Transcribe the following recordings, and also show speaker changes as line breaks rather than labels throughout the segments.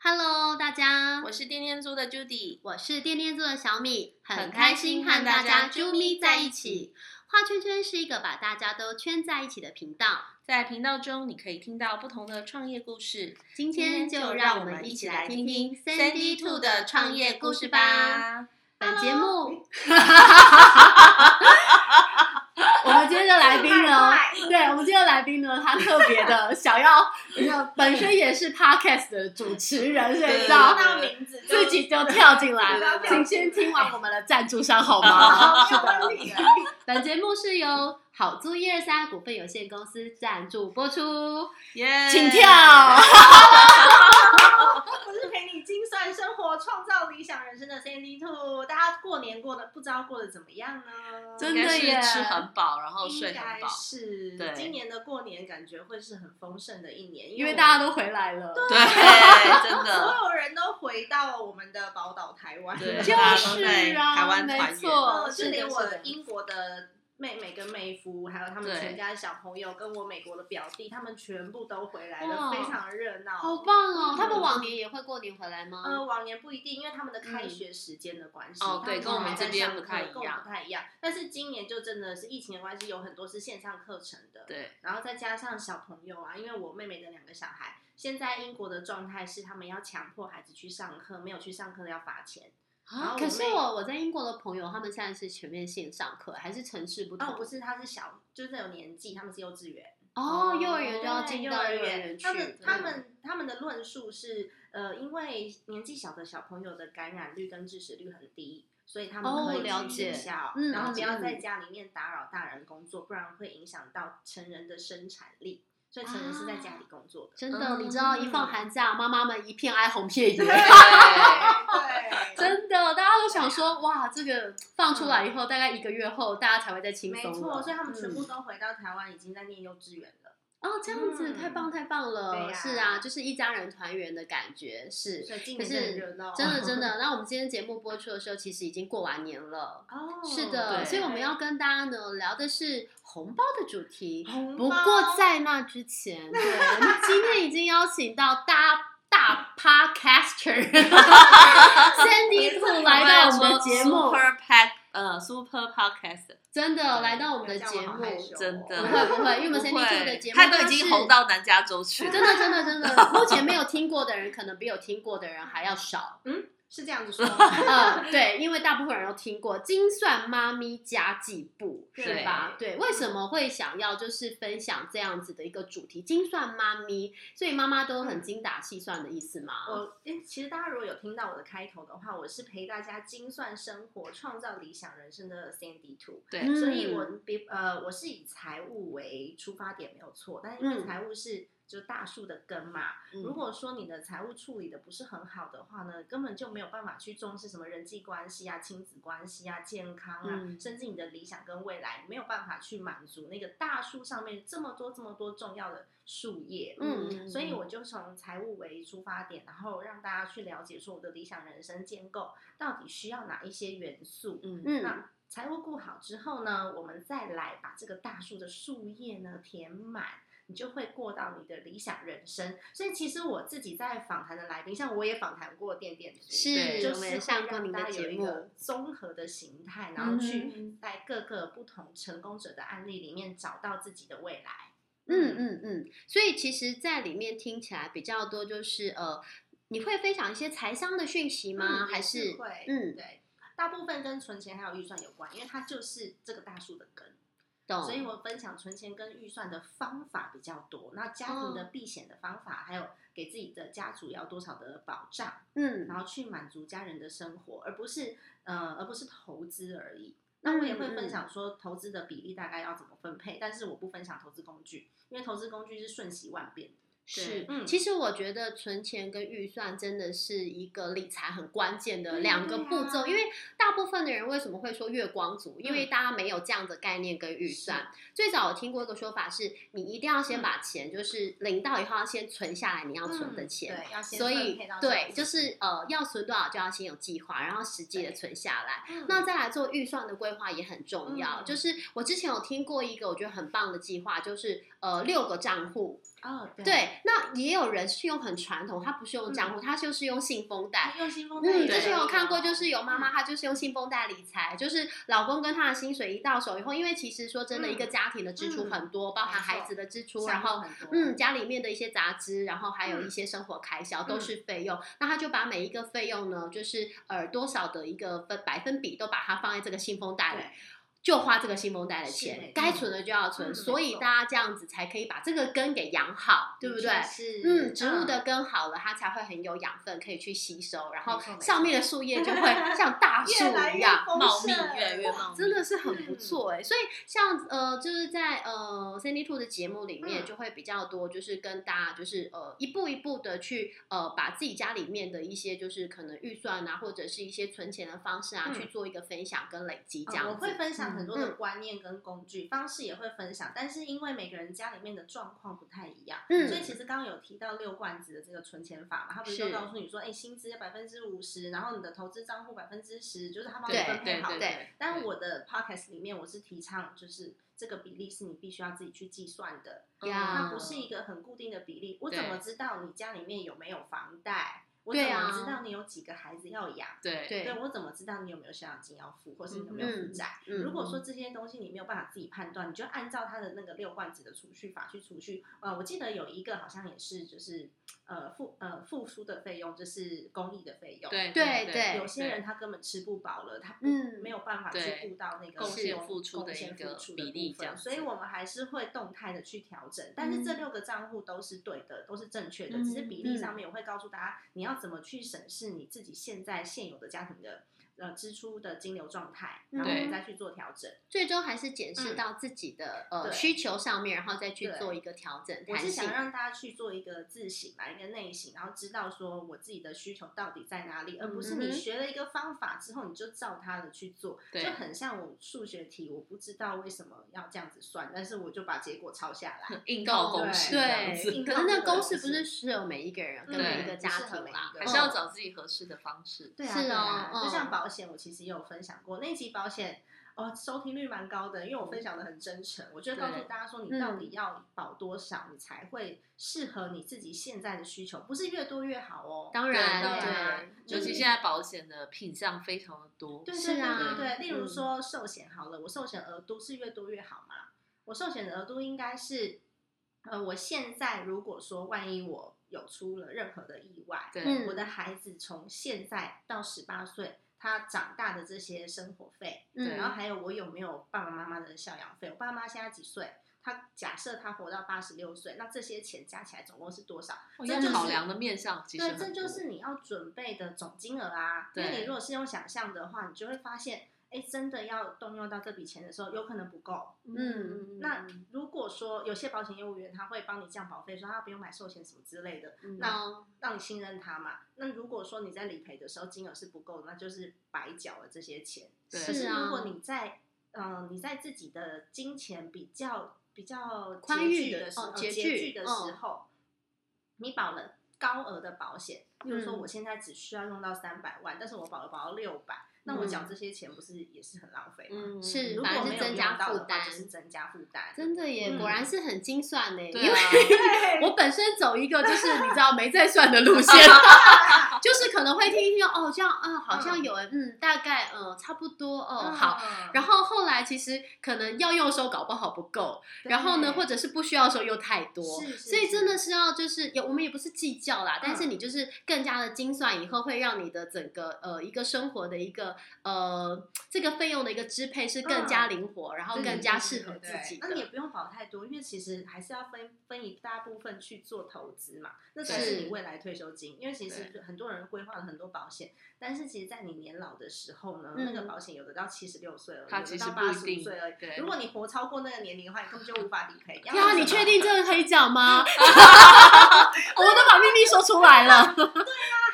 Hello，大家，
我是天天猪的 Judy，
我是电电座的小米，
很
很
开
开心
心
和
和
大
大
家
家
啾
啾
咪
咪
在
在
一
一
起
起。
画圈圈是一个把大家都圈在一起的频道，
在频道中你可以听到不同的创业故事。
今天就让我们一起来听听 Sandy Two 的创业故事吧。。本节目， 我们今天的来宾呢，对我们今天的来宾呢，他特别的想要，你知道本身也是 podcast 的主持人，所以知道
对
到名字
自己就跳进来
对对。对
请先听完我们的赞助商好吗？
好，没有问题的。
本节目是由好租一二三股份有限公司赞助播出，
耶
请跳。
我是陪你精算生活、创造理想人生的 Sandy Two。大家过年过得不知道过得怎么样呢？
真
应
的
该是
耶
吃很饱，然后睡很
应该
饱。
是
对
今年的过年感觉会是很丰盛的一年，
因
为
为大
家
家都回来了。
对， 真的，
所有人都回到我们的宝岛台湾，
对
就
大家都
是
在
啊，
台湾团
没
圆
错，
呃就是连
的，
我
是的。
英国的妹妹跟妹夫，还有他们
对
全家的小朋友，跟我美国的表弟，他们全部都回来
哇
了，非常热闹。
好棒哦！
嗯
他们往年也会过年回来吗？
呃，往年不一定，因为他们的开学时间的关系，
嗯哦
他
对
们
跟我们
还在
这边
上
不
课
太一
跟我们
样
不太一样。但是今年就真的是疫情的关系，有很多是线上课程的，
对，
然后再加上小朋友啊，因为我妹妹的两个小孩，现在英国的状态是他们要强迫孩子去上课，没有去上课的要罚钱。
啊
然
啊
后
可是
妹
我我在英国的朋友，他们现在是全面线上课，还是城市不同？
哦，不是，他是小，就是有年纪，他们是幼稚园，
哦，幼儿园就
对
要进到
幼
幼
儿园。
去。
他们
对
他们他们的论述是，呃，因为年纪小的小朋友的感染率跟致死率很低，所以他
哦
们可以
了
去
解
学校，
嗯
然后不
了
要
解
在家里面打扰大人工作，不然会影响到成人的生产力。所以成人是在家
啊
里 工作的。
真的，你知道，一放
嗯
寒假，妈妈们一片哀鸿遍野。
对，
真的，大家都想说，哇，这个放出来以后，大概一个月后，大家才会再轻
嗯没
松了。
错，所以他们全部
嗯
都回到台湾，已经在念幼稚园了。
哦，这样子太棒太棒了，
嗯对呀
是啊，就是一家人团圆的感觉，是
所以今
可
年真的很
是
热闹啊，
真 的真的。那我们今天节目播出的时候，其实已经过完年了。
哦，
是的，
对
所以我们要跟大家呢聊的是红包的主题。
红
不
包
过在那之前，对，我们今天已经邀请到大大 podcaster Sandy 兔来到我们的节目，
，Super Pad，呃，Super Podcast，
真的
对
来到我们的
这样
节
我好
目，
害羞哦
真
不
的
会不会，因为我们 Sandy 兔的
对
节，目
他都
它
已经
是
红到南加州去
真
了。
的真的真的，目前没有听过的人，可能比有听过的人还要少。
是这样 子说吗。
嗯，对，因为大部分人都听过《精算妈咪家计簿》，是
对
吧？对，为
嗯
什么会想要就是分享这样子的一个主题“精算妈咪”？所以妈妈都很精打细算的意思吗？
我诶其实大家如果有听到我的开头的话，我是陪大家精算生活、创造理想人生的 Sandy Two。
对
嗯
所以我比呃，我是以财务为出发点没有错，但是因为
嗯
财务是就大树的根嘛。
嗯
如果说你的财务处理的不是很好的话呢，根本就没有办法去重视什么人际关系啊、亲子关系啊、健康啊，
嗯
甚至你的理想跟未来，没有办法去满足那个大树上面这么多这么多重要的树叶。
嗯
所以我就从财务为出发点，然后让大家去了解说我的理想人生建构到底需要哪一些元素。
嗯，
嗯，
那财务顾好之后呢，我们再来把这个大树的树叶呢填满。你就会过到你的理想人生，所以其实我自己在访谈的来宾，像我也访谈过店店主，
是
就
我
是
们
会
上过
让
您
大
的
家有
节
一
目
个，综合的形态，然后去
嗯
在各个不同成功者的案例里面找到自己的未来。
嗯嗯嗯，所以其实，在里面听起来比较多就是呃，你会分享一些财商的讯息吗？
嗯
还
也
是
会，
嗯
对，大部分跟存钱还有预算有关，因为它就是这个大树的根，
懂？
所以我分享存钱跟预算的方法比较多。那家庭
哦
的避险的方法，还有给自己的家族要多少的保障，
嗯
然后去满足家人的生活，而不是呃，而不是投资而已。那我也会
嗯
分享说投资的比例大概要怎么分配，但是我不分享投资工具，因为投资工具是瞬息万变的。
是，
嗯
其实我觉得存钱跟预算真的是一个理财很关键的
嗯
两个
对
步
啊
骤，因为大部分的人为什么会说月光族？因
嗯
为大家没有这样的概念跟预算。最早我听过一个说法是，你一定要
嗯
先把钱就是领到以后要先存下来你要存的
嗯
钱，
对，要先
所以
分配到
对，
这
就
嗯样子
是呃要存多少就要先有计划，然后实际的存下来。
嗯
那再来做预算的规划也很重要。
嗯
就是我之前有听过一个我觉得很棒的计划，就是呃六个账户，
哦，对，嗯
对，那也有人是用很传统，他不是用账户，他就是用信封袋。
用信封袋也可
嗯，
以哦，
之前有看过，就是有妈妈
嗯
她就是用信封袋理财，就是老公跟她的薪水一到手以后，因为其实说真的，
嗯
一个家庭的支出很多，包含
没错
孩子的支
嗯，
出，然后。
项目很多
嗯，，家里面的一些杂支，然后还有一些生活开销、都
嗯
是费用。那她就把每一个费用呢，就是呃多少的一个分百分比，都把它放在这个信封袋里
对，
就花这个信封袋的
是没
钱
错，
该存的就要存。
嗯
所
没
以
错
大家这样子才可以把这个根给养好，对不对？
是，
嗯，植物的根好了，它才会很有养分，可以去吸收，然后
没错没错
上面的树叶就会像大树
越来
一
越
样。
丰
茂密
盛
越来越茂密，
真的是很不
嗯
错哎、所以像呃，就是在呃 Sandy Two 的节目里面，
嗯
就会比较多，就是跟大家就是呃一步一步的去呃把自己家里面的一些就是可能预算啊，或者是一些存钱的方式啊，
嗯
去做一个分享跟累积这
呃我
样子。
会分享很多的
嗯
观念跟工具、方式，也会分享。但是因为每个人家里面的状况不太一样，
嗯
所以其实刚刚有提到六罐子的这个存钱法嘛，他不是
是
就告诉你说，哎、薪资百分之五十，然后你的投资账户百分之十，就是他帮你
对
分配
对
好
对
的。
对
对，
但我的 podcast 里面，我是提倡就是这个比例是你必须要自己去计算的，
嗯
呀
它不是一个很固定的比例。我怎么知道你家里面有没有房贷？我怎
对
么
啊
知道你有几个孩子要养？
对
对
对我怎么知道你有没有赡养金要付，或是你有没有负
嗯
债？
嗯
如果说这些东西你没有办法自己判断，你就按照他的那个六罐子的储蓄法去储蓄。呃，我记得有一个好像也是就是呃付呃付出的费用，就是公益的费用。
对
对对
对，
有些人他根本吃不饱了，他不
嗯
没有办法去
对
顾到那个
贡献
公
付出
贡
的一
献付
个
出
比
的
例
部
这
分
样
所以
子嗯
我们还是会动态的去调整。但是这六个账户都是对的，都是正确的，只是比例
嗯
上面我会告诉大家你要怎么去审视你自己现在现有的家庭的呃支出的金流状态，然后我们
对
再去做调整。
最终还是检视
嗯
到自己的、呃
对
需求上面，然后再去
对
做一个调整。
我
弹
是
性
想。让大家去做一个自省吧，一个内省，然后知道说我自己的需求到底在哪里，而不是
嗯
你
哼
学了一个方法之后你就照它的去做，
对
就很像我数学题，我不知道为什么要这样子算，但是我就把结果抄下来。
硬靠公式这样 子，
对，
硬
可
靠
是那
这个
公
公
式不
式
是适合每一个人跟
嗯
每一
对
个
不
家
适合
庭
每一
啦，
个
还
人
是要
嗯
找自己合适的方式。
对啊，
是
对啊
哦
就像
嗯
保险，我其实也有分享过那一集保险。哦，收听率蛮高的，因为我分享的很真诚，我就会告诉
对
大家说，你
嗯
到底要保多少，你才会适合你自己现在的需求，不是越多越好哦。
当
对
然
当
对
然，尤其现在保险的品项非常的多，
对
是
对
啊
对对对，例如
嗯
说寿险好了，我寿险额度是越多越好嘛？我寿险的额度应该是，呃，我现在如果说万一我有出了任何的意外，
对
嗯
我的孩子从现在到十八岁，他长大的这些生活费，
嗯
对
然后还有我有没有爸爸妈妈的赡养费？我爸妈现在几岁？他假设他活到八十六岁，那这些钱加起来总共是多少？
哦
这
要
就是
考量的面向其实
对，
很
这就
多
是你要准备的总金额啊。因
对
为你如果是用想象的话，你就会发现，哎，真的要动用到这笔钱的时候，有可能不够。
嗯
那如果说有些保险业务员他会帮你降保费，说他不用买寿险什么之类的，
嗯
那
哦
让你信任他嘛。那如果说你在理赔的时候金额是不够的，那就是白缴了这些钱。
对
可是
是啊
如果你在嗯、呃你在自己的金钱比较比较
宽
拮
裕
据
的
的时
哦拮
呃拮
据哦
据的时候，你保了高额的保险，比如说
嗯
我现在只需要用到三百万，但是我保了保到六百，那我缴这些钱不是也是很浪费吗？
嗯
是
如
反
果
而是
没有
增
用
加
到
负
的话，
担
就是增加负担。
真的耶，
嗯
果然是很精算呢，因
对
为
啊，
我本身走一个就是你知道没在算的 路线，就是可能会听一听哦，这样啊好像有哎，嗯，大概嗯差不多哦好。
嗯
然后后来其实可能要用的时候搞不好不够，然后呢，
对
或者是不需要的时候又太多，
是
所以真的
是
是要就是有我们也不是计较啦，但是
嗯
你就是更加的精算，以后会让你的整个呃一个生活的一个呃这个费用的一个支配是更加灵活，然后
嗯对
更
对
加
对
适
对
合
对
自己
那你也
的。
不用保太多，因为其实还是要分分一大部分去做投资嘛，那
对
才是
是
你未来退休金。因为其实很多人规划了很多保险，但是其实，在你年老的时候呢，
嗯
那个保险有的到七十六岁了，
它
有
其
的
实
到
不
八
一
十五
定
岁而已。
对
如果你活超过那个年龄的话，你根本就无法理赔。 要
呀，
不
你
然
确
怎么
定这个可以讲 吗？我们都把秘密说出来了。
办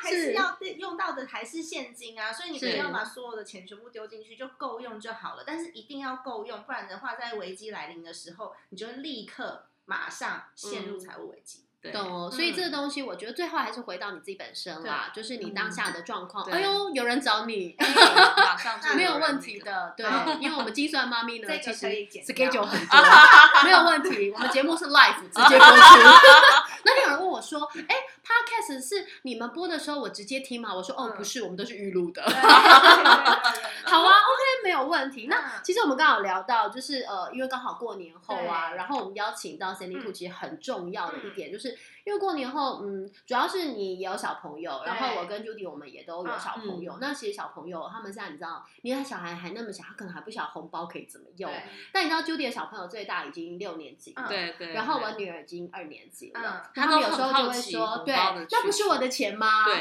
还
是
是要用到的还是现金啊？所以你不
是
要把所有的钱全部丢进去，就够用就好了。但是一定要够用，不然的话，在危机来临的时候，你就会立刻马上陷入
嗯
财务危机。
对，
懂哦，所以这个东西我觉得最后还是回到你自己本身啦，就是你当下的状况。
嗯
哎呦，有人找你，嗯
马上就
没有
有
问题的，对
好，
因为我们精算妈咪呢
这，
其
个
实
可以剪掉
schedule 很 多，没有问题。我们节目是 live 直接播出。那天有人问我说：“哎，podcast 是你们播的时候我直接听吗？”我说：“哦，
嗯
不是，我们都是预录的。”
好，
好啊，OK，没有问 题。那
嗯
其实我们刚好聊到，就是呃，因为刚好过年后啊，
对
然后我们邀请到 Sandy
嗯
Two，其实很重要的一
嗯
点，就是因为过年后，嗯，主要是你也有小朋友，然后我跟 Judy 我们也都有小朋
嗯
友。那其实小朋友他们现在你知道，你的小孩还那么小，他可能还不晓得红包可以怎么用。但你知道 Judy 的小朋友最大已经六年级了。
嗯
对 对，
然后
对
我女儿已经二年级了，
嗯
然后
她都
有时候
很
就
好
会
奇
说
红：“
对
包的，
那不
去
是我的钱吗？
对，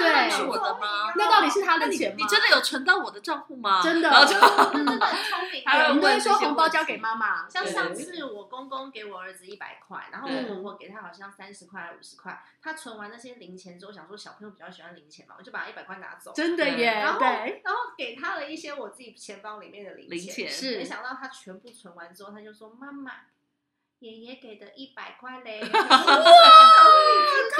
对
那是我的吗？
那到底是他的
你
啊钱吗？
你真的有存到我的账户吗？
真的嗯
然后就
真的很聪明。
对
还
我
有
们都会
问
说
这些
红包
问
交
题
给妈妈。
像
对
上
对
次我公公给我儿子一百块，然后
对
我婆婆给他好像三十块、五十块，他存完那些零钱之后，想说小朋友比较喜欢零钱嘛，我就把一百块拿走，
真的
对
耶
然，后
对，
然后给他了一些我自己钱包里面的零
零钱
是
没想到他全部存完之后，他就说：“妈妈，爷爷给的一百块 嘞。”哇！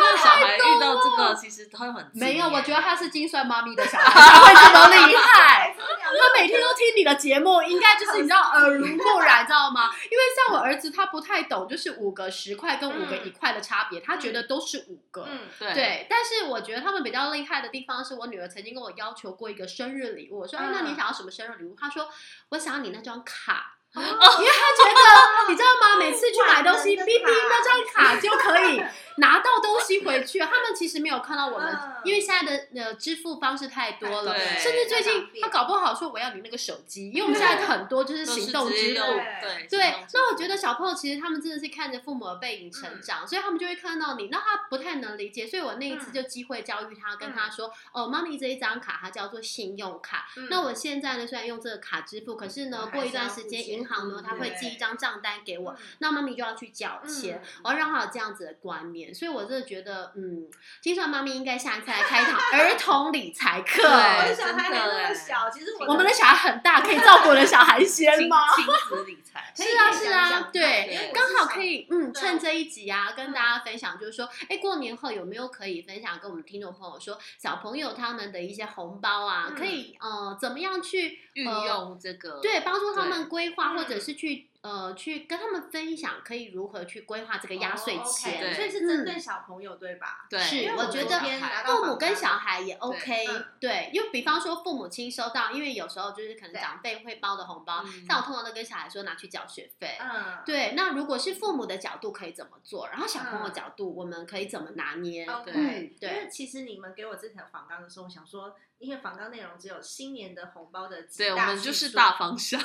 那小孩遇到这个，其实他会很
没有，我觉得他是精算妈咪的小孩，
他
他会这么厉 害。
他
他每天都听你的节目，应该就是你知道耳濡目 染，知道吗？因为像我儿子，他不太懂，就是五个十块跟五个
嗯
一块的差别，他觉得都是五个。
嗯，
对
对，但是我觉得他们比较厉害的地方是我女儿曾经跟我要求过一个生日礼物，我说：“哎，那你
嗯
想要什么生日礼物？”她说：“我想要你那张卡。”
哦
因为她觉得你知道吗？每次去买东 西，哔
万能的
哔
卡
那张卡就可以拿到东西回去。他们其实没有看到我们
嗯，
因为现在的呃支付方式太多了，
对
甚至最
太
近
方便
他搞不好说我要你那个手机，因为我们现在很多就是
都
行动
直接
支
用
付。
对
对
行动，支
那我
付
觉得小朋友其实他们真的是看着父母的背影成长，所以他们就会看到你，那他不太能理解，所以我那一
嗯
次就机会教育他，跟他说，哦，妈咪这一张卡它叫做信用卡，
嗯
那我现在呢虽然用这个卡支付，可是
我
呢
还
过一
是
段
要
时
付
间
钱
银行呢
嗯
它会寄
对
一张账单给我，
嗯
那妈咪就要去缴钱。
嗯
我要让他有这样子的观念，所以我真的觉得，嗯，金算妈咪应该下一次来开一堂儿童理财课。
我
对
的小孩还那么小，其实我，
我们的小孩很大，可以照顾我的小孩先
亲
吗？
亲子理财
可以
是啊
想
是啊
象
对
因为我
刚
是
好
小
可以，嗯，
对嗯
趁这一集啊，跟大家分享，就是说，哎，过年后有没有可以分享跟我们听众朋友说，小朋友他们的一些红包啊，
嗯
可以呃怎么样去
运
呃
用这个
对帮助他们规划，
嗯
或者是去呃去跟他们分享，可以如何去规划这个压岁
哦，OK，
钱，
对
所以是针对小朋友对吧？
对，
是
因为
我
们
觉
昨
得
天拿到
父母跟小孩也 OK，
嗯
对，因为比方说父母亲收到，因为有时候就是可能
对
长辈会包的红
啊
包，
嗯
但我通常都跟小孩说拿去缴学费，
嗯，
对，那如果是父母的角度可以怎么做，然后小朋友
嗯
角度我们可以怎么拿捏？
OK
嗯，
因为
对，
其实你们给我之前访纲的时候，我想说，因为访纲内容只有新年的红包的几
对我
大
们
叙
就是
述
大方向，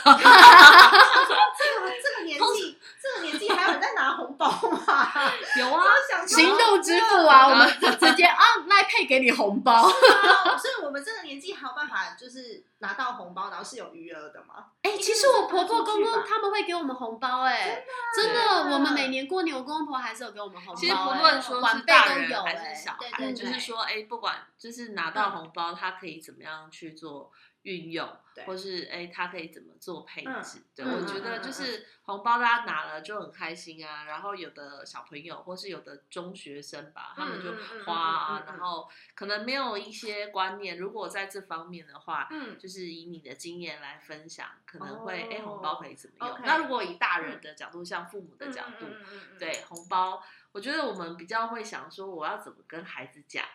这个这个年纪，这个年纪还有人在拿红包吗？
有
我
啊，
好想说
行动支付
嗯
啊，我们直接啊来配给你红包。
啊所以我们这个年纪还有办法就是拿到红包，然后是有余额的吗？
哎、其实我婆婆公公他们会给我们红包、哎，真
真
的，
的
我们每年过年，我公公婆还是有给我们红包、哎
其实
啊
不论说
晚
是
辈
大
都有、
人
哎，
还是小
对
孩，
对
就是
对
说，哎，不管就是拿到
嗯
红包，他可以怎么样去做运用
对，
或是哎，他可以怎么做配
嗯
置？对，
嗯
我
嗯
觉得
嗯
就
嗯
是红包大家拿了就很开心啊，然后有的小朋友或是有的中学生吧，他们就
嗯嗯嗯
花
嗯
啊
嗯，
然后可能没有一些观念，如果在这方面的话，
嗯，
就是以你的经验来分享，可能会哎、诶红包可以怎么用
哦 OK
那如果以大人的角度，像父母的角度，
嗯，嗯嗯嗯嗯
对红包，我觉得我们比较会想说我要怎么跟孩子 讲，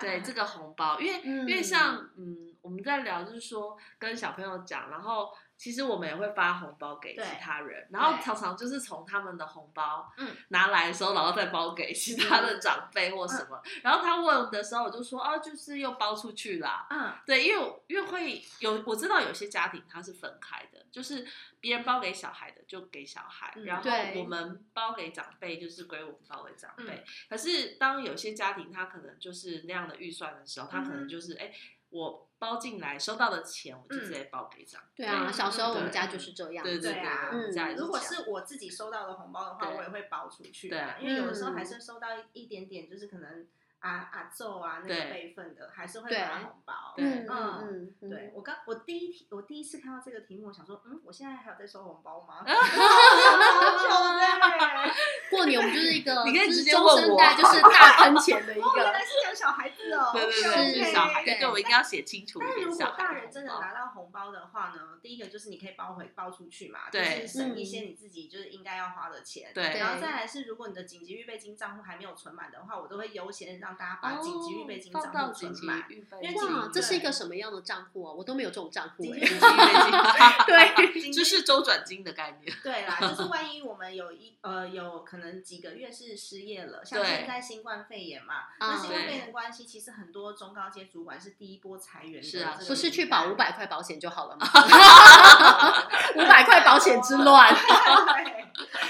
对这个红包，因为、因为
嗯
像嗯我们在聊就是说跟小朋友讲，然后其实我们也会发红包给
对
其他人，然后
对
常常就是从他们的红包
嗯
拿来的时候，然后再包给其他的长辈或
嗯
什么，然后他问的时候我就说哦、就是又包出去啦，
嗯，
对，因为我因为会有我知道有些家庭它是分开的，就是别人包给小孩的就给小孩，
嗯
然后
对
我们包给长辈就是归我们包给长辈。可是当有些家庭他可能就是那样的预算的时候，他可
嗯
能就是哎、我包进来收到的钱我就直接包给长辈。
对啊，
嗯
小时候我们
对
家就是这样。
对对
对啊
我们家也
如果
这样
是我自己收到的红包的话，
对
我也会包出去啊，
对
嗯
因为有的时候还是收到一点点，就是可能阿阿奏啊那个
对
辈分的，还是会
对
发红包。
对
嗯
嗯
嗯嗯，
对我刚我第一题我第一次看到这个题目，我想说，嗯，我现在还有在收红 包吗？ 好久嘞！
过年我们就是一个，
你可以
就是
直接
终
问
身
我
代就是大喷钱的一
哦，原
个，
来是讲小孩子哦，
对对对，
是
就是小孩，
对
对对，我一定要写清楚一
但
点。
如
小
果
孩
大
的
人真的
红包
拿到红包的话呢，第一个就是你可以包回包出去嘛，就
对
是省一
嗯
些你自己就是应该要花的钱。
对
然后
对
再来是，如果你的紧急预备金账户还没有存满的话，我都会优先让大家把紧急预备金账
放到
户
紧
存
急
满。
预备
因为
金
哇，这是一个
对
什么样的账户啊？我都没有这种账户
紧急预备
哎。
金，
对
这是周转金的概念。
对啦，就是万一我们有一呃有可能几个月是失业了，像
对
现在新冠肺炎嘛，
嗯
那新冠肺炎
对
的关系，其实很多中高阶主管是第一波裁员的
是
这个
啊
名单，
不是去保五百块保险就好了吗？
五
五百 块保险之乱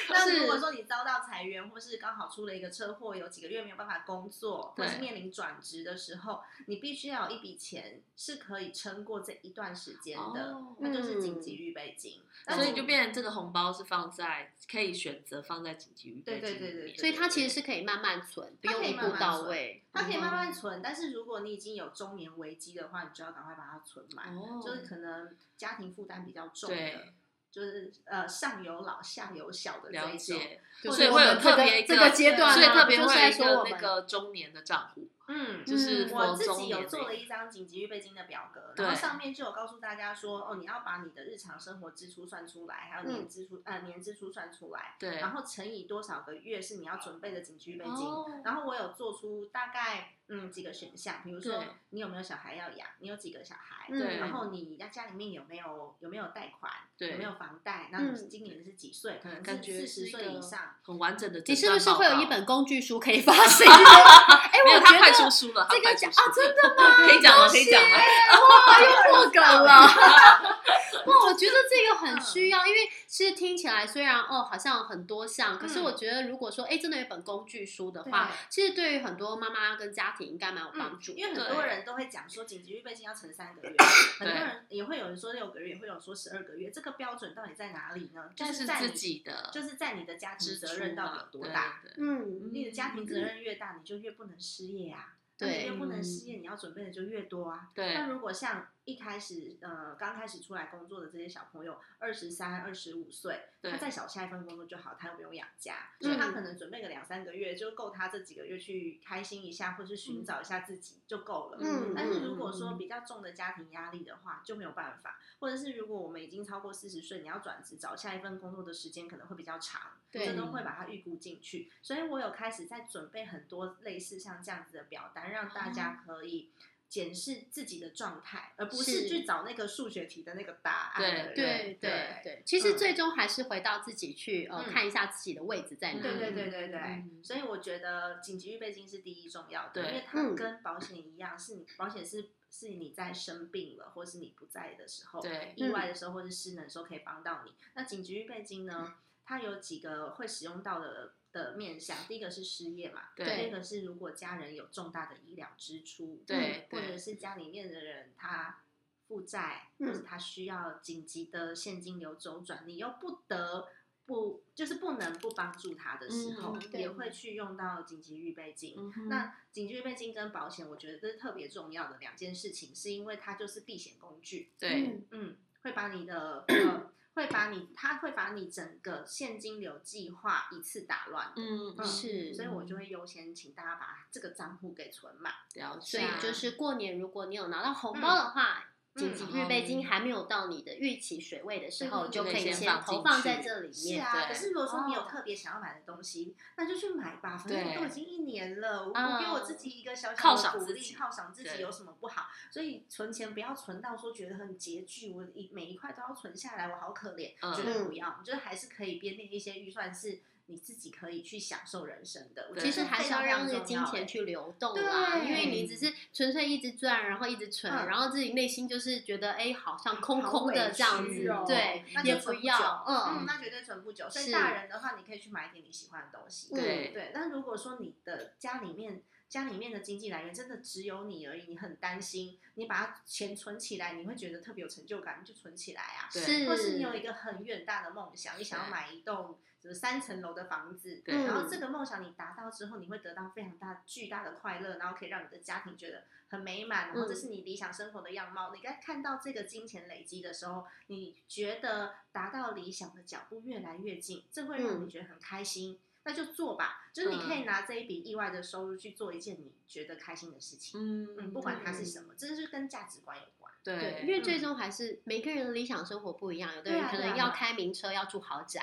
那
是
如果说你遭到裁员，或是刚好出了一个车祸，有几个月没有办法工作，或
对
是面临转职的时候，你必须要有一笔钱是可以撑过这一段时间的，
哦嗯
那就是紧急预备金。但
所以
是
就变成这个红包是放在可以选择放在紧急预备金里面。
对对对对
所以它其实是可以慢慢存，不
它
用
可以
一
慢
步
慢
到
存
位。
它可以慢慢
嗯
存，但是如果你已经有中年危机的话，你就要赶快把它存满，
哦，
就是可能家庭负担比较重的
对。
就是呃，上有老下有小的这
了
一种，
解，
就
所以
是我
会有
们这
特别
个
一
这个阶段啊，
所以特别
就
会
是
有
在
一
说
个
我
那
们
个中年的账户，
嗯，
就是
嗯
我
for
自
中
己
年
有
的
做了
那
一张紧急预备金的表格，
对
然后上面就有告诉大家说，哦，你要把你的日常生活支出算出来，还有年支出、呃年支出算出来，
嗯对，
然后乘以多少个月是你要准备的紧急预备金。
哦
然后我有做出大概嗯几个选项，比如说
对嗯
你有没有小孩要养，你有几个小孩，
对
然后你家家里面有没有有没有贷款，
对嗯
有没有房贷，那你
嗯
今年是几岁，可能
感觉
是四
是
十
一
岁
个
以上，
很完整的。
你是不是会有一？本工具书可 以发行？哎，
没有，
我
他
觉
快
得
出书了，他
这
快
个
出
讲
书
啊，真的吗？啊
可以讲了，可以讲了。
哇，又破梗了。哇，我觉得这个
嗯
很需要，因为其实听起来虽然哦好像很多项，可是
嗯
我觉得如果说哎真的有一本工具书的话
对，
其实对于很多妈妈跟家庭应该蛮有帮
嗯
助，
因为
对
很多人都会讲说紧急预备金要存三 个月，很多人也会有人说六个月，也会有人说十二个月，这个标准到底在哪里呢？就
但
是
是
在
自
你
己的
就是在你的家庭
支
责
出
任到底
嘛
有多大？？
对对
嗯，
你的家庭责任越大，你就越不能失业啊。那你越
对
不能失业，你要准备的就越多啊。
对
那如果像一开始呃刚开始出来工作的这些小朋友，二十三、二十五岁，
对
他再找下一份工作就好，他又不用养家，所以他可能准备个两三个月就够他这几个月去开心一下，或是寻找一下自己就够了。
嗯
但是如果
嗯
说比较重的家庭压力的话，就没有办法。或者是如果我们已经超过四十岁，你要转职找下一份工作的时间可能会比较长，
对
这都会把它预估进去。所以我有开始在准备很多类似像这样子的表单，让大家
哦
可以。检视自己的状态，而不
是
是去找那个数学题的那个答案
对
而已。
对
对
对对，其实
嗯
最终还是回到自己去呃
嗯
看一下自己的位置在哪里。
对对对
嗯
对对，
嗯
所以我觉得紧急预备金是第一重要的，
对
因为它
嗯
跟保险一样，是你保险是是你在生病了，或是你不在的时候，
嗯对
意外的时候或是失能的时候可以帮到你。那紧急预备金呢，它有几个会使用到的的面向，第一个是失业嘛，
对
第二个是如果家人有重大的医疗支出，嗯
对
或者
对
是家里面的人他负债，
嗯
或者他需要紧急的现金流周转，你又不得不就是不能不帮助他的时候，
嗯
对
也会去用到紧急预备金。
嗯哼
那紧急预备金跟保险，我觉得这是特别重要的两件事情，是因为它就是避险工具，
对
嗯
嗯，会把你的呃，会把你，它会把你整个现金流计划一次打乱的。
嗯
嗯
是
所以我就会优先请大家把这个账户给存满。
了解，
所以就是过年，如果你有拿到红
嗯
包的话，紧急嗯预备金还没有到你的预期水位的时候，
嗯
就可以
就可以
先
先
投放
放进去
在这里
是
面。
啊，可
对
是如果说你有
哦
特别想要买的东西，那就去买吧，反正
对
都已经一年了，我
嗯
我给我自己一个小
犒
小
赏
的鼓
自
励，
己
犒赏自己
对
有什么不好？所以存钱不要存到说觉得很拮据，我一每一块都要存下来，我好可怜，
嗯
觉得不要，我觉得还是可以编列一些预算是。你自己可以去享受人生的，我觉
对
得
其实还
非
是要
常
让那个
非常重
金
要
钱
欸
去流动啦，
对
因为你只是纯粹一直赚，然后一直存，
嗯
然后自己内心就是觉得哎，好像空
好
空的
委
这样
屈
子，
哦
对
那，就
也
存不久
要，
嗯，
嗯，
那绝对存不久。所以
是
大人的话，你可以去买一点你喜欢的东西。嗯
对
对，但如果说你的家里面家里面的经济来源真的只有你而已，你很担心，你把它钱存起来，你会觉得特别有成就感，你就存起来啊。
对
是，
或是你有一个很远大的梦想，你想要买一栋就是三层楼的房子，
对
然后这个梦想你达到之后，你会得到非常大巨大的快乐，然后可以让你的家庭觉得很美满，然后这是你理想生活的样貌。你在看到这个金钱累积的时候，你觉得达到理想的脚步越来越近，这会让你觉得很开心。那就做吧，就是你可以拿这一笔意外的收入去做一件你觉得开心的事情，嗯，
嗯
不管它是什么，这是跟价值观有关。
对
对，，
因
嗯
为最终还是每个人的理想生活不一样，有的
嗯对
人
啊
可
对啊
能要开名车，要住豪宅。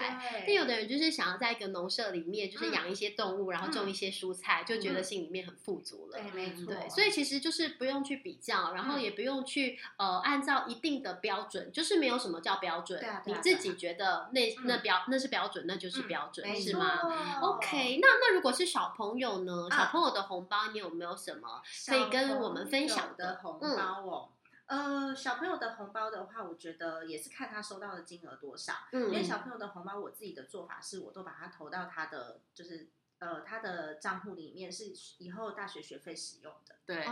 但有的人就是想要在一个农舍里面，
嗯
就是养一些动物，然后种一些蔬菜，就觉得心里面很富足了。
对，没错，
嗯对，所以其实就是不用去比较，然后
嗯
也不用去呃按照一定的标准，就是没有什么叫标准，
对啊对
你
啊
自己觉得那、
嗯
那标那是标准，那就是
嗯
标准，
没
是
错
吗？OK，那那如果是小朋友呢？
啊
小朋友的红包你有没有什么？
小
可以跟我们分享
朋友的
的嗯
红包哦。呃，小朋友的红包的话，我觉得也是看他收到的金额多少。因为
嗯
小朋友的红包，我自己的做法是，我都把它投到他的就是呃他的账户里面，是以后大学学费使用的。
对，
哦，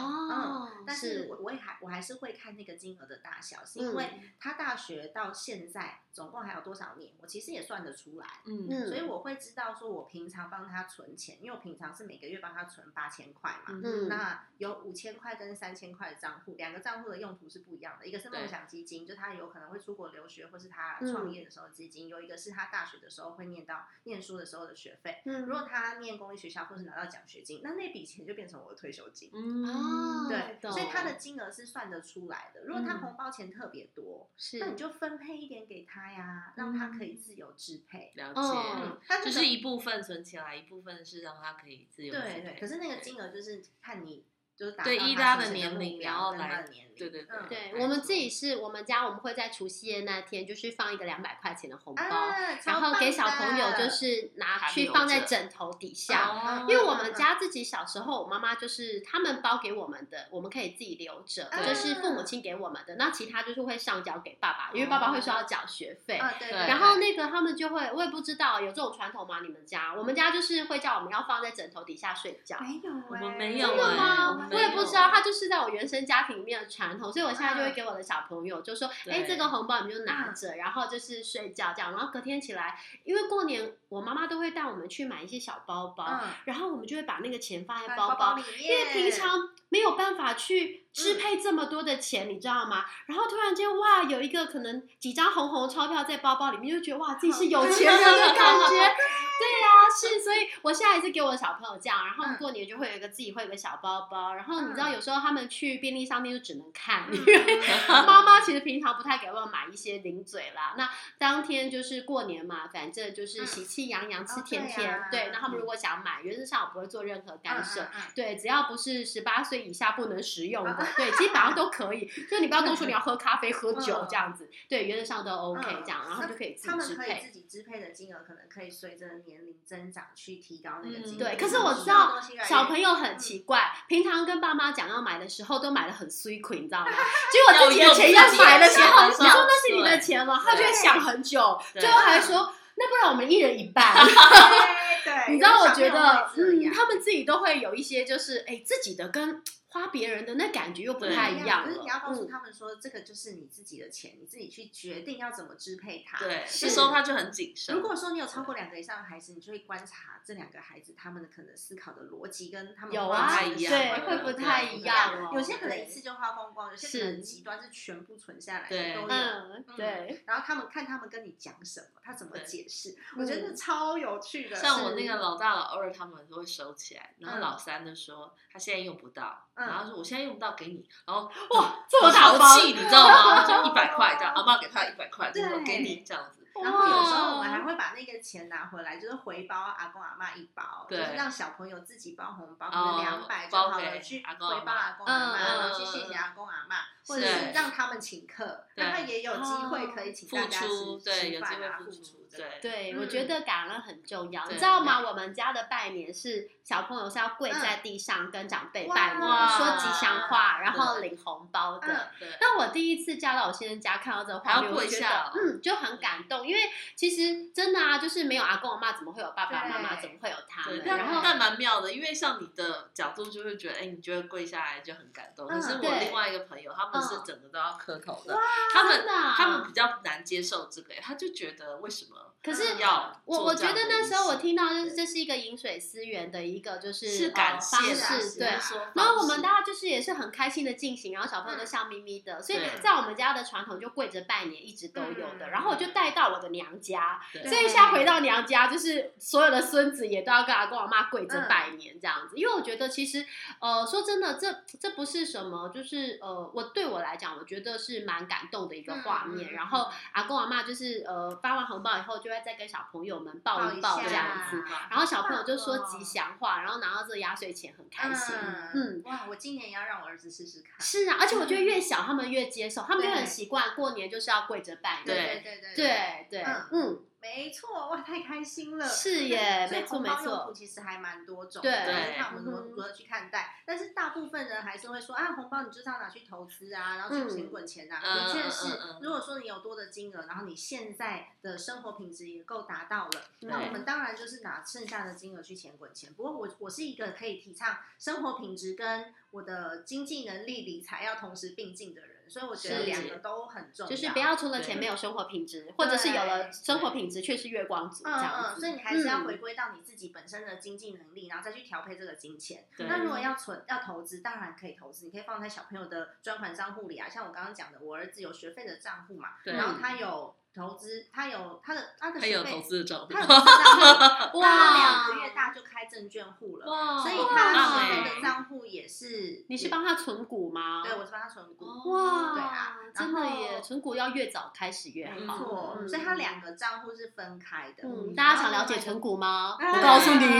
嗯但是我我也还我还是会看那个金额的大小，是因
嗯
为他大学到现在总共还有多少年，我其实也算得出来。
嗯
所以我会知道说，我平常帮他存钱，因为我平常是每个月帮他存八千块嘛，
嗯
那有五千块跟三千块的账户，两个账户的用途是不一样的，一个是梦
对
想基金，就他有可能会出国留学或是他创业的时候的基金，有一个是他大学的时候会念到念书的时候的学费。
嗯
如果他念公立学校或是拿到奖学金，那那笔钱就变成我的退休金。
嗯
哦
对，
懂
所以他的金额是算得出来的。如果他
嗯
红包钱特别多，
是
那你就分配一点给他呀，让他可以自由支配。
了
嗯
解，
嗯，他这
哦就
个
是一部分存起来，一部分是让他可以自由支
对对，
配
可是那个金额就是看你就是达
对
到
依
他
他的
自己
年
目
龄
标
然后
跟
来
他的年龄，
对对对
嗯
对
对
我们
没错
自己是我们家，我们会在除夕夜那天，就是放一个两百块钱的红包，
啊，
哦然
超
后给
棒
小朋友
的
就是拿
还
去
留
放在
着
枕头底
啊
下。
哦
因为我们家自己小时候，我妈妈就是他们包给我们的，我们可以自己留着，
对
就是
嗯
父母亲给我们的，那其他就是会上交给爸爸，因为爸爸会
哦
说要缴学费。
嗯
啊，对，对
然后那个他们就会，我也不知道有这种传统吗？你们家？我们家就是会叫我们要放在枕头底下睡觉。
没有欸，
我们哎没有
真
欸
的
我
吗
们？
我
没
也
有哎嗯
不知道，它就是在我原生家庭里面的传统，所以我现在就会给我的小朋友就说：“
对嗯
哎，这个红包你们就拿着，然后就是睡觉这样。”然后隔天起来，因为过年我妈妈都会带我们去买一些小包包，
嗯，
然后我们就会把那个钱放在包
放包
包，
里
因为
面，嗯
平常没有办法去支配这么多的钱，你知道吗？然后突然间哇，有一个可能几张红红钞票在包包里面，就觉得哇自己是有钱人的感觉。对呀、是，所以我现在也是给我的小朋友这样，然后
嗯
过年就会有一个自己会有一个小包包，然后你知道
嗯
有时候他们去便利商店就只能看，
嗯，
因为妈妈其实平常不太给我买一些零嘴啦，那当天就是过年嘛，反正就是喜气洋洋、吃
嗯哦
甜
对
甜。
啊
对，那他们如果想买，原则上我不会做任何干涉。
嗯，嗯嗯
对，只要不是十八岁以下不能食用的，对，基本上都可以。就你不要跟我说你要喝咖啡、喝酒
嗯
这样子，对，原则上都 OK
嗯
这样，然后就可以自己
他们
支
可以
配。
自己支配的金额，可能可以随着年龄增长去提高那个金额。
嗯
对，
自己
可是我知道小朋友很奇怪，
嗯
平常跟爸妈讲要买的时候都买的很 s u 你知 道吗？结果自己的钱要买的时候，
要
你
用自己的钱
说那是你的钱吗？他就会
对
想很久，
对
最后还说那不然我们一人一半。
对，对，
你知道，我觉
有的小
得，
朋友会这
嗯，
样
他们自己都会有一些，就是哎，自己的跟花别人的那感觉又不
对
太
一
一样
可是
了。
你要告诉
嗯，
他们说，这个就是你自己的钱，你自己去决定要怎么支配它。
对，
是
这时候他就很谨慎。
如果说你有超过两个以上的孩子，你就会观察这两个孩子他们的可能思考的逻辑跟他们
有
花
啊，
钱的
一
行
样
对，
为
会不
对
太
不
一
一
样哦。
有些可能一
对
次就花光光，有些可能极端是全部存下来
对
的都有。
嗯，对，
然后他们看他们跟你讲什么，他怎么
对
解释，
嗯
我觉得超有趣的。
像
是
我那个老大、老二，他们都会收起来，然后
嗯
老三就说他现在用不到，
嗯
然后说我现在用不到给你，然后
哇，这么大
淘
方，
气，你知道吗？ 就一百块这样，阿妈给他一百块，就说
对
给你这样子，
嗯然后有时候我们
哇
还会把那个钱拿回来，就是回包阿公阿妈一包，就
对
是让小朋友自己包红包，可能
哦
两百就
包
好
给
了，去
阿
回
公
包
阿嬷
阿公阿
嗯
妈，
嗯
然后去
嗯
谢谢
嗯
阿公阿妈，或
是
者是让他们请客，
对
让他也有机会
哦
可以请
付
大家
出
吃
对，
吃
有机
饭啊，
会
付
付
出
出，
这个。
对，
对，
嗯
我觉得感恩很重要，你
对嗯
知道吗？我们家的拜年是小朋友是要跪在地上跟长辈拜年，
哇
说吉祥话，然后领红包的。
嗯
对，
那我第一次嫁到我先生家，看到这个
还
画
要
面，我
跪
就觉
下
得
哦
嗯就很感动，因为其实真的啊，就是没有阿公阿妈，怎么会有爸爸妈妈，
对
怎么会有他
对，
们？
但
然后
但蛮妙的，因为像你的角度就会觉得，哎，你觉得跪下来就很感动。可
嗯
是我
对
另外一个朋友，他们是
嗯
整个都要磕头的，他们
真的啊
他们比较难接受这个，他就觉得为什么合，
可是
要
我
做
我
这
觉得
样的
那
仪
时候我
式
听到就是这是一个饮水思源的一个就是
是
呃
感
方
谢
啊
式
是
对
啊。
然后我们
大
大家就是也是很开心的进行，然后小朋友都笑眯眯的，所以
对
在我们家的传统就跪着拜年一直都有的。
嗯
然后我就带到我的娘家，
对
啊这一下回到娘家，就是所有的孙子也都要跟阿公阿妈跪着
嗯
拜年这样子。因为我觉得其实呃说真的，这这不是什么，就是呃我对我来讲，我觉得是蛮感动的一个
嗯
画面。然后阿公阿妈就是呃发完红包以后，就会再跟小朋友们抱一抱
抱
这样子。然后小朋友就说吉祥话，然后拿到这个压岁钱很开心。嗯
嗯，哇，我今年也要让我儿子试试看。
是啊，而且我觉得越小他们越接受，他们就
嗯对
很习惯过年就是要跪着拜
对
年。
对对对
对对，
嗯
嗯，
没错，哇，太开心了。
是耶，
所以
没错
红
没
包用途
错，
其实还蛮多种的，
对
就是看我们
嗯
如
哼
何如何去看待。但是大部分人还是会说啊，红包你就是要拿去投资啊，然后去
嗯
钱滚钱啊。
嗯
的确
嗯
是
嗯嗯，
如果说你有多的金额，然后你现在的生活品质也够达到了，
对
那我们当然就是拿剩下的金额去钱滚钱。不过我我是一个可以提倡生活品质跟我的经济能力、理财要同时并进的人，所以我觉
是
得两个都很重要。
就是不要除了钱
对
没有生活品质，或者是有了
对
生活品质却是月光族这
嗯
样
嗯，所以
子。
你还是要
嗯
回归到你自己本身的经济能力，然后再去调配这个金钱。
对
那如
嗯
果要存要投资，当然可以投资，你可以放在小朋友的专款账户里啊。像我刚刚讲的，我儿子有学费的账户嘛，
对
然后他有投资，他有他的他的
他
学
有
费
投，资的照
他
片
有，投 资账户，
哇
他两个月大就开证券户了，
哇
所以
哇
他
很棒
学费
欸
的账户也是
你是帮哦他存股吗？
嗯对，我是帮他存股。对
哇
啊，
真的
然后
耶，存股要越早开始越
没
好。
错，
嗯
所以他两个账户是分开的。
嗯，
嗯
大家想了解存股 吗？
哎
我告诉你，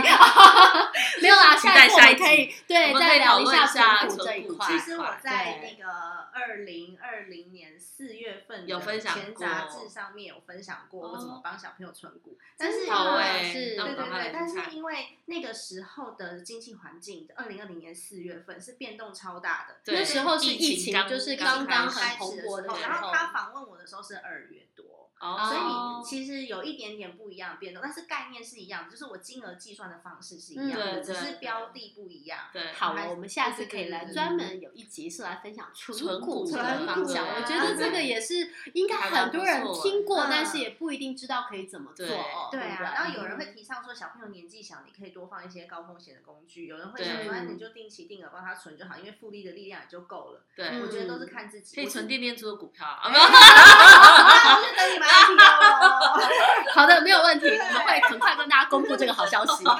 没有啦，
期
下
待
一次我
下一
们可以
我
对
们可
再
以
聊
讨
一
论一下
存股
存
这一
股
块
其
其。
实
块
我在
对
那个二零二零年四月份
有
的
分享
前
过
杂志上面有分享过我怎
哦
么帮小朋友存股，但
真
是
的
好
啊
哎、
是
那
对
我
对
们来
对，但
看
是因为那个时候的经济环境，二零二零年四月份是变动超大的，
对
那时候是
疫
疫
情
情，
刚
就是
刚
刚很
开
开
蓬
始的
勃
时
的
候，
时
然后
候。
他访问我的时候是二月多，
哦
所
哦
以其实有一点点不一样的变动，但是概念是一样的，就是我金额计算的方式是一
嗯
样的，
对
只
对
是
对
标的不一样。
对
好哦，
还是
我们下次可以来
对对对
专门有一集是来分享存
存
股
股
的
存
方
股
向。
啊
我觉得这个也是应该很多人听过，
还蛮不错的嗯
但是也不一定知道可以怎么做
对
哦。
对
不
啊，
对
然后有人会提倡说，小朋友年纪小，你可以多放一些高风险的工具。有人会想
对
说，哎，你就定期定额帮他存就好，因为复利的力量也就够了。
对、
嗯
我觉得都是看自己。
可以存
定。
电电租的股票啊，
哎
啊
好那我就等你买 IPO 咯
好的，没有问题，我们会很快跟大家公布这个好消 息。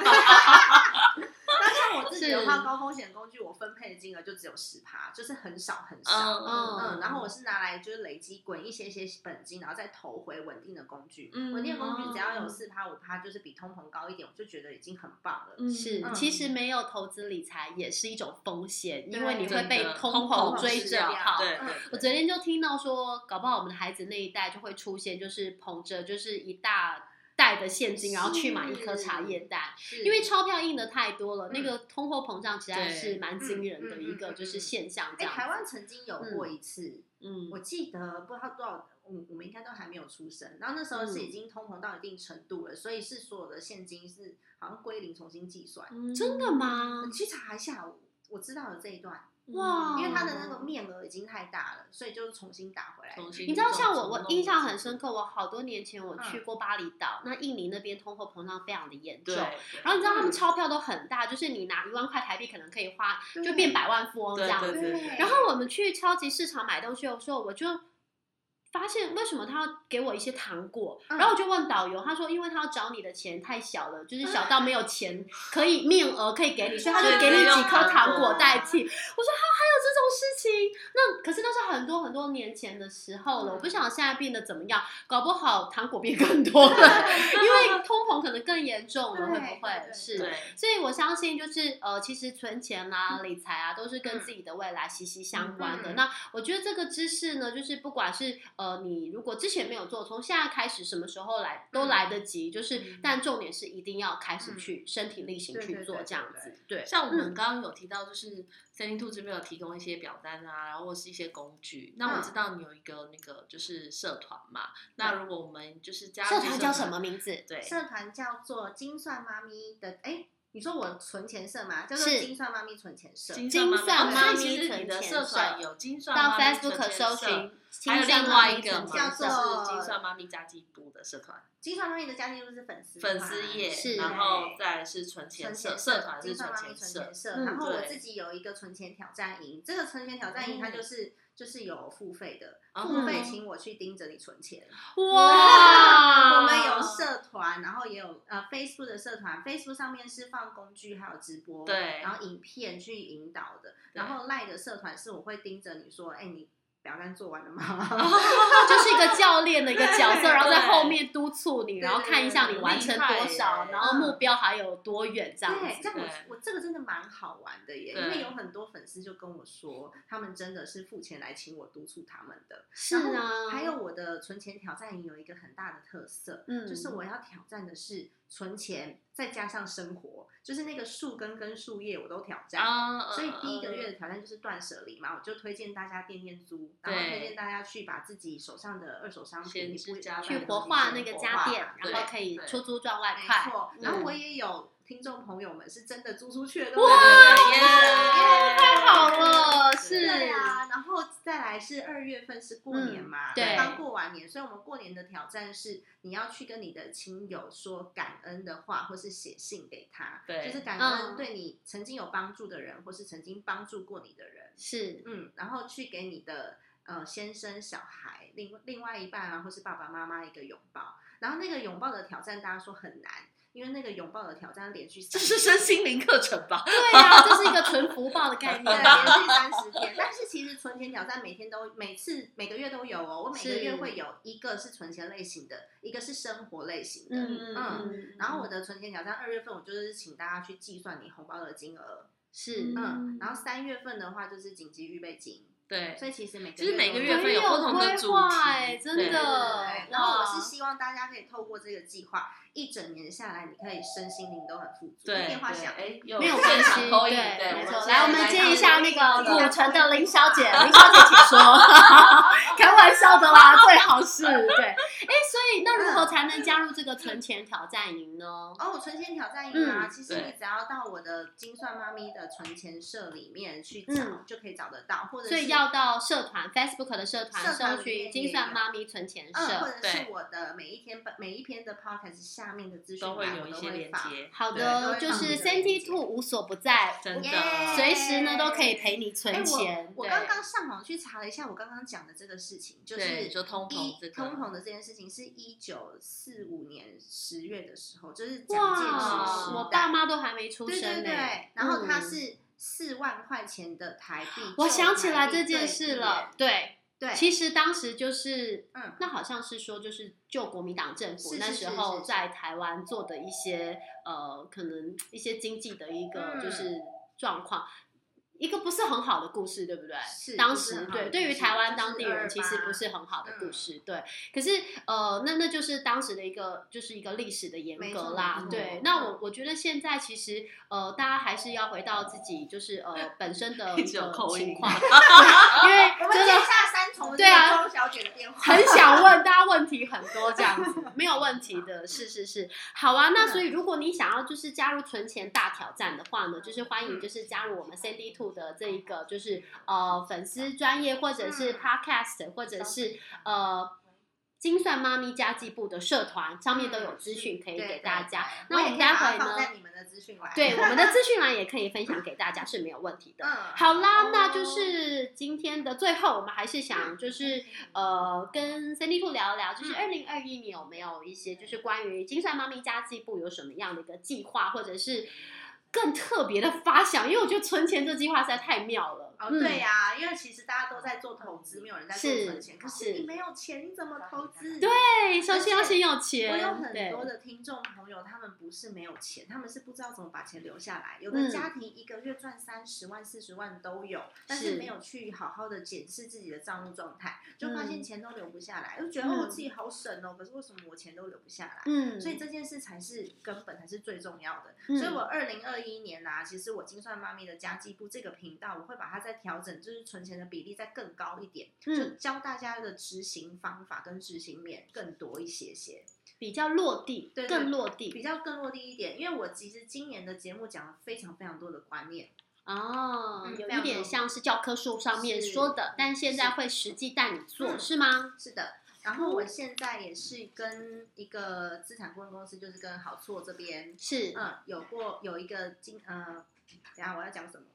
那像我自己的
是
话，高风险工具我分配的金额就只有十趴，就是很少很少。
嗯
嗯
嗯，然后我是拿来就是累积滚一些一些本金，然后再投回稳定的工具。
嗯
稳定的工
哦
具只要有四趴五趴，就是比通膨高一点，我就觉得已经很棒了。
嗯
是，
嗯
其实没有投资理财也是一种风险，因为
对
你会被
真的
通
通
膨
膨
追
吃
着
掉
跑。
对
嗯
对
我昨天就听到说，搞不好我们的孩子那一代就会出现，就是捧着就是一大袋的现金，然后去买一颗茶叶蛋。
是
因为钞票印的太多了，
嗯
那个通货膨胀实在是蛮惊人的
对
一个
嗯嗯嗯
就是现象。这
哎、
样子，
台湾曾经有过一次，
嗯
我记得不知道多少，我我们应该都还没有出生。然后那时候是
嗯
已经通膨到一定程度了，所以是所有的现金是好像归零重新计算。
嗯
真的吗
你？去查一下，我我知道有这一段，
哇
因为它的
哦
那个面额已经太大了，所以就重新打回来。
重新
你知道，像我，
重
我
弄
印象
一次
很深刻。我好多年前我
嗯
去过巴厘岛，那印尼那边通货膨胀非常的严重
对。，
然后你知道他们
嗯
钞票都很大，就是你拿一万块台币，可能可以花
对
就变百万富翁这
对
样
对
子。
对
对
对，
然后我们去超级市场买东西的时候，我就发现为什么他要给我一些糖果，
嗯
然后我就问导游，他说因为他要找你的钱太小了，就是小 到没有钱可以面额可以给你，所以他就给你几颗糖果代替。我说哈，还有这种事情？那可是那是很多很多年前的时候了，我
嗯
不晓得现在变得怎么样，搞不好糖果变更多了， 因为通膨可能更严重了，
对
会不
对
会
对
是？
对
所以我相信，就是呃，其实存钱啦、理财啊，都是跟自己的未来息息相关的。
嗯
那我觉得这个知识呢，就是不管是呃，你如果之前没有做，从现在开始，什么时候来都
嗯
来得及。就是
嗯，
但重点是一定要开始
嗯
去身体力行
对
去
对
做，
对
这样
对
子。对，
像我们刚刚有提到，就是森林兔这边有提供一些表单啊，然后或是一些工具。那我
嗯
知道你有一个那个就是社团嘛，那如果我们就是加入
社团叫什么？名字？
对，
社团叫做金算妈咪的，哎、你说我存钱社吗？叫做
是
金算妈咪存钱社。
金
金
算
算
妈
妈
咪哦所
咪
以其实你
存
的
钱
社
社
团有金算
到
妈咪存
Facebook
钱
搜
社
寻
还有
金
另
算
外
妈
一
咪
个
粉丝
嘛，
叫做
是金算妈咪加基督的社团，
金算妈咪的家庭就是粉丝啊
粉
团
丝页，
是
然后再来是存
存
钱
钱
社，社团
金
是
算
存
妈咪
钱
存
社
钱，社。
嗯
然后我
对
自己有一个存钱挑战营，这个存钱挑战营它
嗯
就是就是有付费的，
啊
付费
嗯
请我去盯着你存钱。
哇
我们有社团，然后也有呃 Facebook 的社团，Facebook 上面是放工具还有直播，
对
然后影片去引导的。然后赖的社团是我会盯着你说，哎，你表单做完了吗？
就是一个教练的一个角色，
对
然后在后面督促你，
对
然后看一下你完成多
厉害
少，
耶
然后目标还有多远这样
对，
子
这。样
对
我我这个真的蛮好玩的耶，
对
因为有很多粉丝就跟我说，他们真的是付钱来请我督促他们的。
是啊，
还有我的存钱挑战营有一个很大的特色，
嗯，
就是我要挑战的是存钱再加上生活，就是那个树根跟树叶我都挑战。
嗯
啊，
所以第一个月的挑战就是断舍离嘛，我就推荐大家店店租，然后
对
推荐大家去把自己手上的二手商
闲
品你
置
不
家
去
办
活
公
化
室
那个
活
家
化
电，
对
然后可以
对
出租赚外
没
快。
错。然后
嗯
我也有听众朋友们是真的租出去了，对不
哇
对
耶
太好了，
对
是
对啊，然后再来是二月份是过年嘛，
嗯对
刚过完年，所以我们过年的挑战是你要去跟你的亲友说感恩的话，或是写信给他，
对
就是感恩
嗯
对你曾经有帮助的人，或是曾经帮助过你的人，
是，
嗯，然后去给你的呃先生、小孩、另另外一半啊，或是爸爸妈妈一个拥抱，然后那个拥抱的挑战，大家说很难。因为那个拥抱的挑战连续
这
三
是身心灵课程吧？
对啊，这是一个纯福报的概
对，
念。
连续三十天。但是其实存钱挑战每天都、每次、每个月都有哦。我每个
是
月会有一个是存钱类型的，一个是生活类型的。
嗯
嗯
嗯，
然后我的存钱挑战二月份，我就是请大家去计算你红包的金额。
是
嗯
嗯，
然后三月份的话就是紧急预备金，
对，
所以其实每个
其实每个
都
月份
很
有不同的
规
主
划
题
欸真
对
对对
的
对对然后我
哇
是希望大家可以透过这个计划，一整年下来，你可以身心灵都很富足。
对，
电话
对
响，
哎，有
没有
现
关
场
系，
口音
对，没
我
错。
们
来，我们
现
接
在
一下那个
看
古城的林小姐，林小姐，请说。开玩笑的啦，最好是对。哎，所以那如何才能加入这个存钱挑战营呢？
哦，存钱挑战营啊，
嗯
其实
对
你只要到我的金算妈咪的存钱社里面去找，
嗯
就可以找得到，或者
所
是
以要到社团 Facebook 的社团
社团
搜
里面也
寻“
有
金算妈咪存钱
嗯，或
社
者是
对
我的每一天每一篇的 podcast 下面的资讯
都会
栏
有
我
一
都
些
会
连
放。
接”。。
好
对
的，
对
就
放
是
这个链
Santy
接
Two 无所不在，
真的，
耶
随时呢都可以陪你存钱。
哎我
对
刚刚上网去查了一下，我刚刚讲的这个事情，就
对
是
你说通膨
一
这个
通膨的这件事情，是一九四五年十月的时候，就是蒋介石时
我
代
爸妈都还没出
对对
生呢。
对，然后它
嗯
是四万块钱的台币，
我
就
想起
台
来
币
这
兑
件
一
事
元
了，，对，
对，
其实当时就是，
嗯
那好像是说，就是旧国民党政府
是是
那
是
时候
是是
在台湾做的一些呃，可能一些经济的一个
嗯
就是状况。一个不是很好的故事，对不对？
是
当
不是
时
很好的
对
故
对于
事
台湾
就是
当地人其实
228
不是很好的故
嗯
事，对。可是呃，那那就是当时的一个就是一个历史的严
没
格
错
啦
没，错嗯
对。那我我觉得现在其实呃，大家还是要回到自己就是呃本身的
一直有
呃
口
情
音
况，
因
因为
我们
真
接
的
下三重的
对啊
这个周小姐的电话，
很想问大家问题很多这样子，没有问题的，是是是，好啊。那
嗯
所以如果你想要就是加入存钱大挑战的话呢，就是欢
嗯
迎就是加入我们 Sandy Two 的这一个就是呃粉丝专业或者是
嗯
Podcast 或者是呃。精算妈咪家计部的社团上面都
嗯
有资讯可以给大家，那
我
我
也
们
可以把
待
它
会
放
呢
在你们的资讯栏，
对我们的资讯栏也可以分享给大家是没有问题的。
嗯，
好啦，
哦
那就是今天的最后，我们还是想就是呃跟 Sandy Two 聊一聊，
嗯
就是二零二一年有没有一些就是关于金算妈咪家计部有什么样的一个计划，或者是更特别的发想？因为我觉得存钱这计划实在太妙了。
哦，
嗯
对呀、因为其实大家都在做投资，没有人在做
是
存钱。可
是
是你没有钱，你怎么投资？
对，哎首先要先有钱。
我有很
对
多的听众朋友，他们不是没有钱，他们是不知道怎么把钱留下来。有
嗯
的家庭一个月赚三十万、四十万都有，但
是
是没有去好好的检视自己的账务状态，就发现
嗯
钱都留不下来，就觉得、
嗯
哦我自己好省哦，可是为什么我钱都留不下来？
嗯，
所以这件事才是根本，才是最重要的。
嗯
所以我二零二一年啊，其实我精算妈咪的家计部这个频道，我会把它再调整，就是存钱的比例再更高一点，就
嗯
教大家的执行方法跟执行面更多一些些，
比较落地，
对对
更落地。
比较更落地一点。因为我其实今年的节目讲了非常非常多的观念，
哦，
嗯
有
非常
一点像是教科书上面
是
说的，但现在
是
会实际带你做，
嗯
是吗？
是的，然后我现在也是跟一个资产顾问公司，就是跟好错这边，
是，
嗯， 有过有一个经呃，等一下我要讲什么？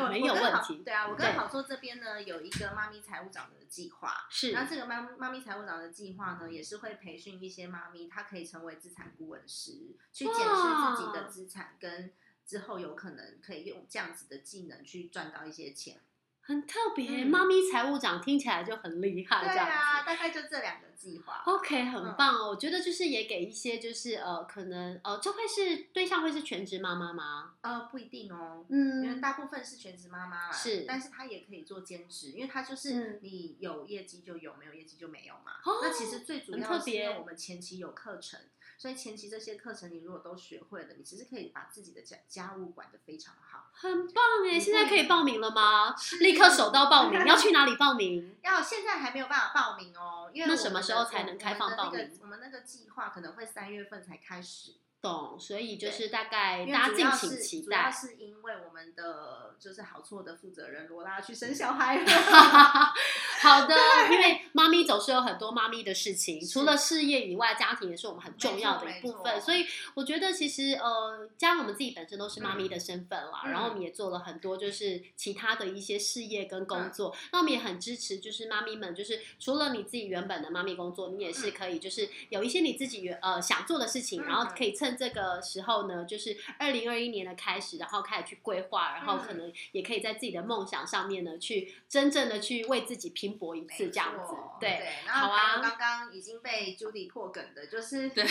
我
没有
我跟
问
好
题
对啊，我
对
跟好错这边呢有一个妈咪财务长的计划，
是，
然后这个妈妈咪财务长的计划呢，也是会培训一些妈咪，她可以成为资产顾问师，去检视自己
哇
的资产跟。之后有可能可以用这样子的技能去赚到一些钱，
很特别。
嗯
妈咪财务长听起来就很厉害，这
对
样
啊，
子。
大概就这两个计划。
OK，很
嗯
棒哦！我觉得就是也给一些就是呃，可能呃，这会是对象会是全职妈妈吗？
呃，不一定哦，因为
嗯，
大部分是全职妈妈啦，
是
但是她也可以做兼职，因为她就
嗯
是你有业绩就有，没有业绩就没有嘛。
哦
那其实最主
很
要
特
的是因
别
为我们前期有课程，所以前期这些课程你如果都学会了，你其实可以把自己的家家务管得非常好。
很棒哎！
你
现在可以
会
报名了吗？ 立刻手到 报名，要去哪里报名？
要现在还没有办法报名哦，因为
那
我
什么
们
时候
的
才能开放报
我们的那
名
个我们那个计划可能会三月份才开始，
懂，所以就
对
是大概
因为
大家
主
敬
要
请
是
期
主要
待。
是因为我们的就是好错的负责人罗拉去生小孩了。
好的，因为妈咪总是有很多妈咪的事情，除了事业以外，家庭也是我们很重要的一部
没错
分。
没错
所以我觉得，其实呃，加上我们自己本身都是妈咪的身份啦，
嗯
然后我们也做了很多就是其他的一些事业跟工作，
嗯
那我们也很支持，就是妈咪们，就是除了你自己原本的妈咪工作，你也是可以就是有一些你自己原呃想做的事情，
嗯
然后可以趁这个时候呢，就是二零二一年的开始，然后开始去规划，然
嗯
后可能也可以在自己的梦想上面呢，去真正的去为自己拼搏一次，
没
这样子
错，
对。
然后
好啊
还有刚刚已经被 Judy 破梗的，就是
对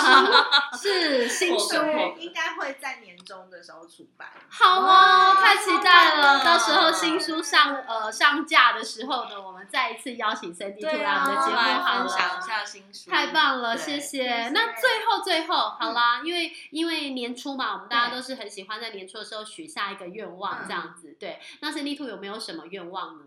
是薪
我跟
水
破。
对，应该会在年终的时候出版。
好哦，
哇
太期待了！
好棒哦
到时候新书上呃上架的时候呢，我们再一次邀请 Cindy
对
来
啊，
我们的节目
来
好
分
了。
享一下新书，
太棒了，
嗯对嗯
谢
谢
谢。
谢
那最后最后，好啦，因为因为年初嘛，我们大家
对
都是很喜欢在年初的时候许下一个愿望，
嗯
这样子。对，那 Cindy Two 有没有什么愿望呢？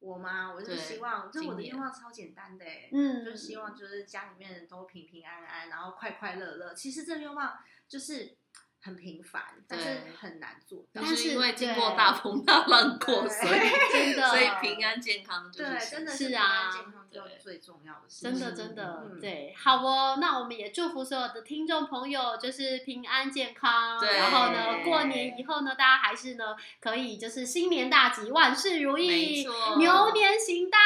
我吗？我就
对
希望，就我
今
的
年
愿望超简单的欸，
嗯，
就是希望就是家里面人都平平安安，然后快快乐乐。其实这愿望就是很平凡，但
对
是很难做到
但
就。是
是
因为经
对
过大风大浪过，
对
所以
真的，
所以平安健康就是
对，
幸福
真的
是
平
啊
安健康就
对
最重要的事情。
真的
嗯
真的、
嗯
对，好哦。那我们也祝福所有的听众朋友，就是平安健康。
对
然后呢，过年以后呢，大家还是呢可以就是新年大吉，万事如
没
意，
错，
牛年行大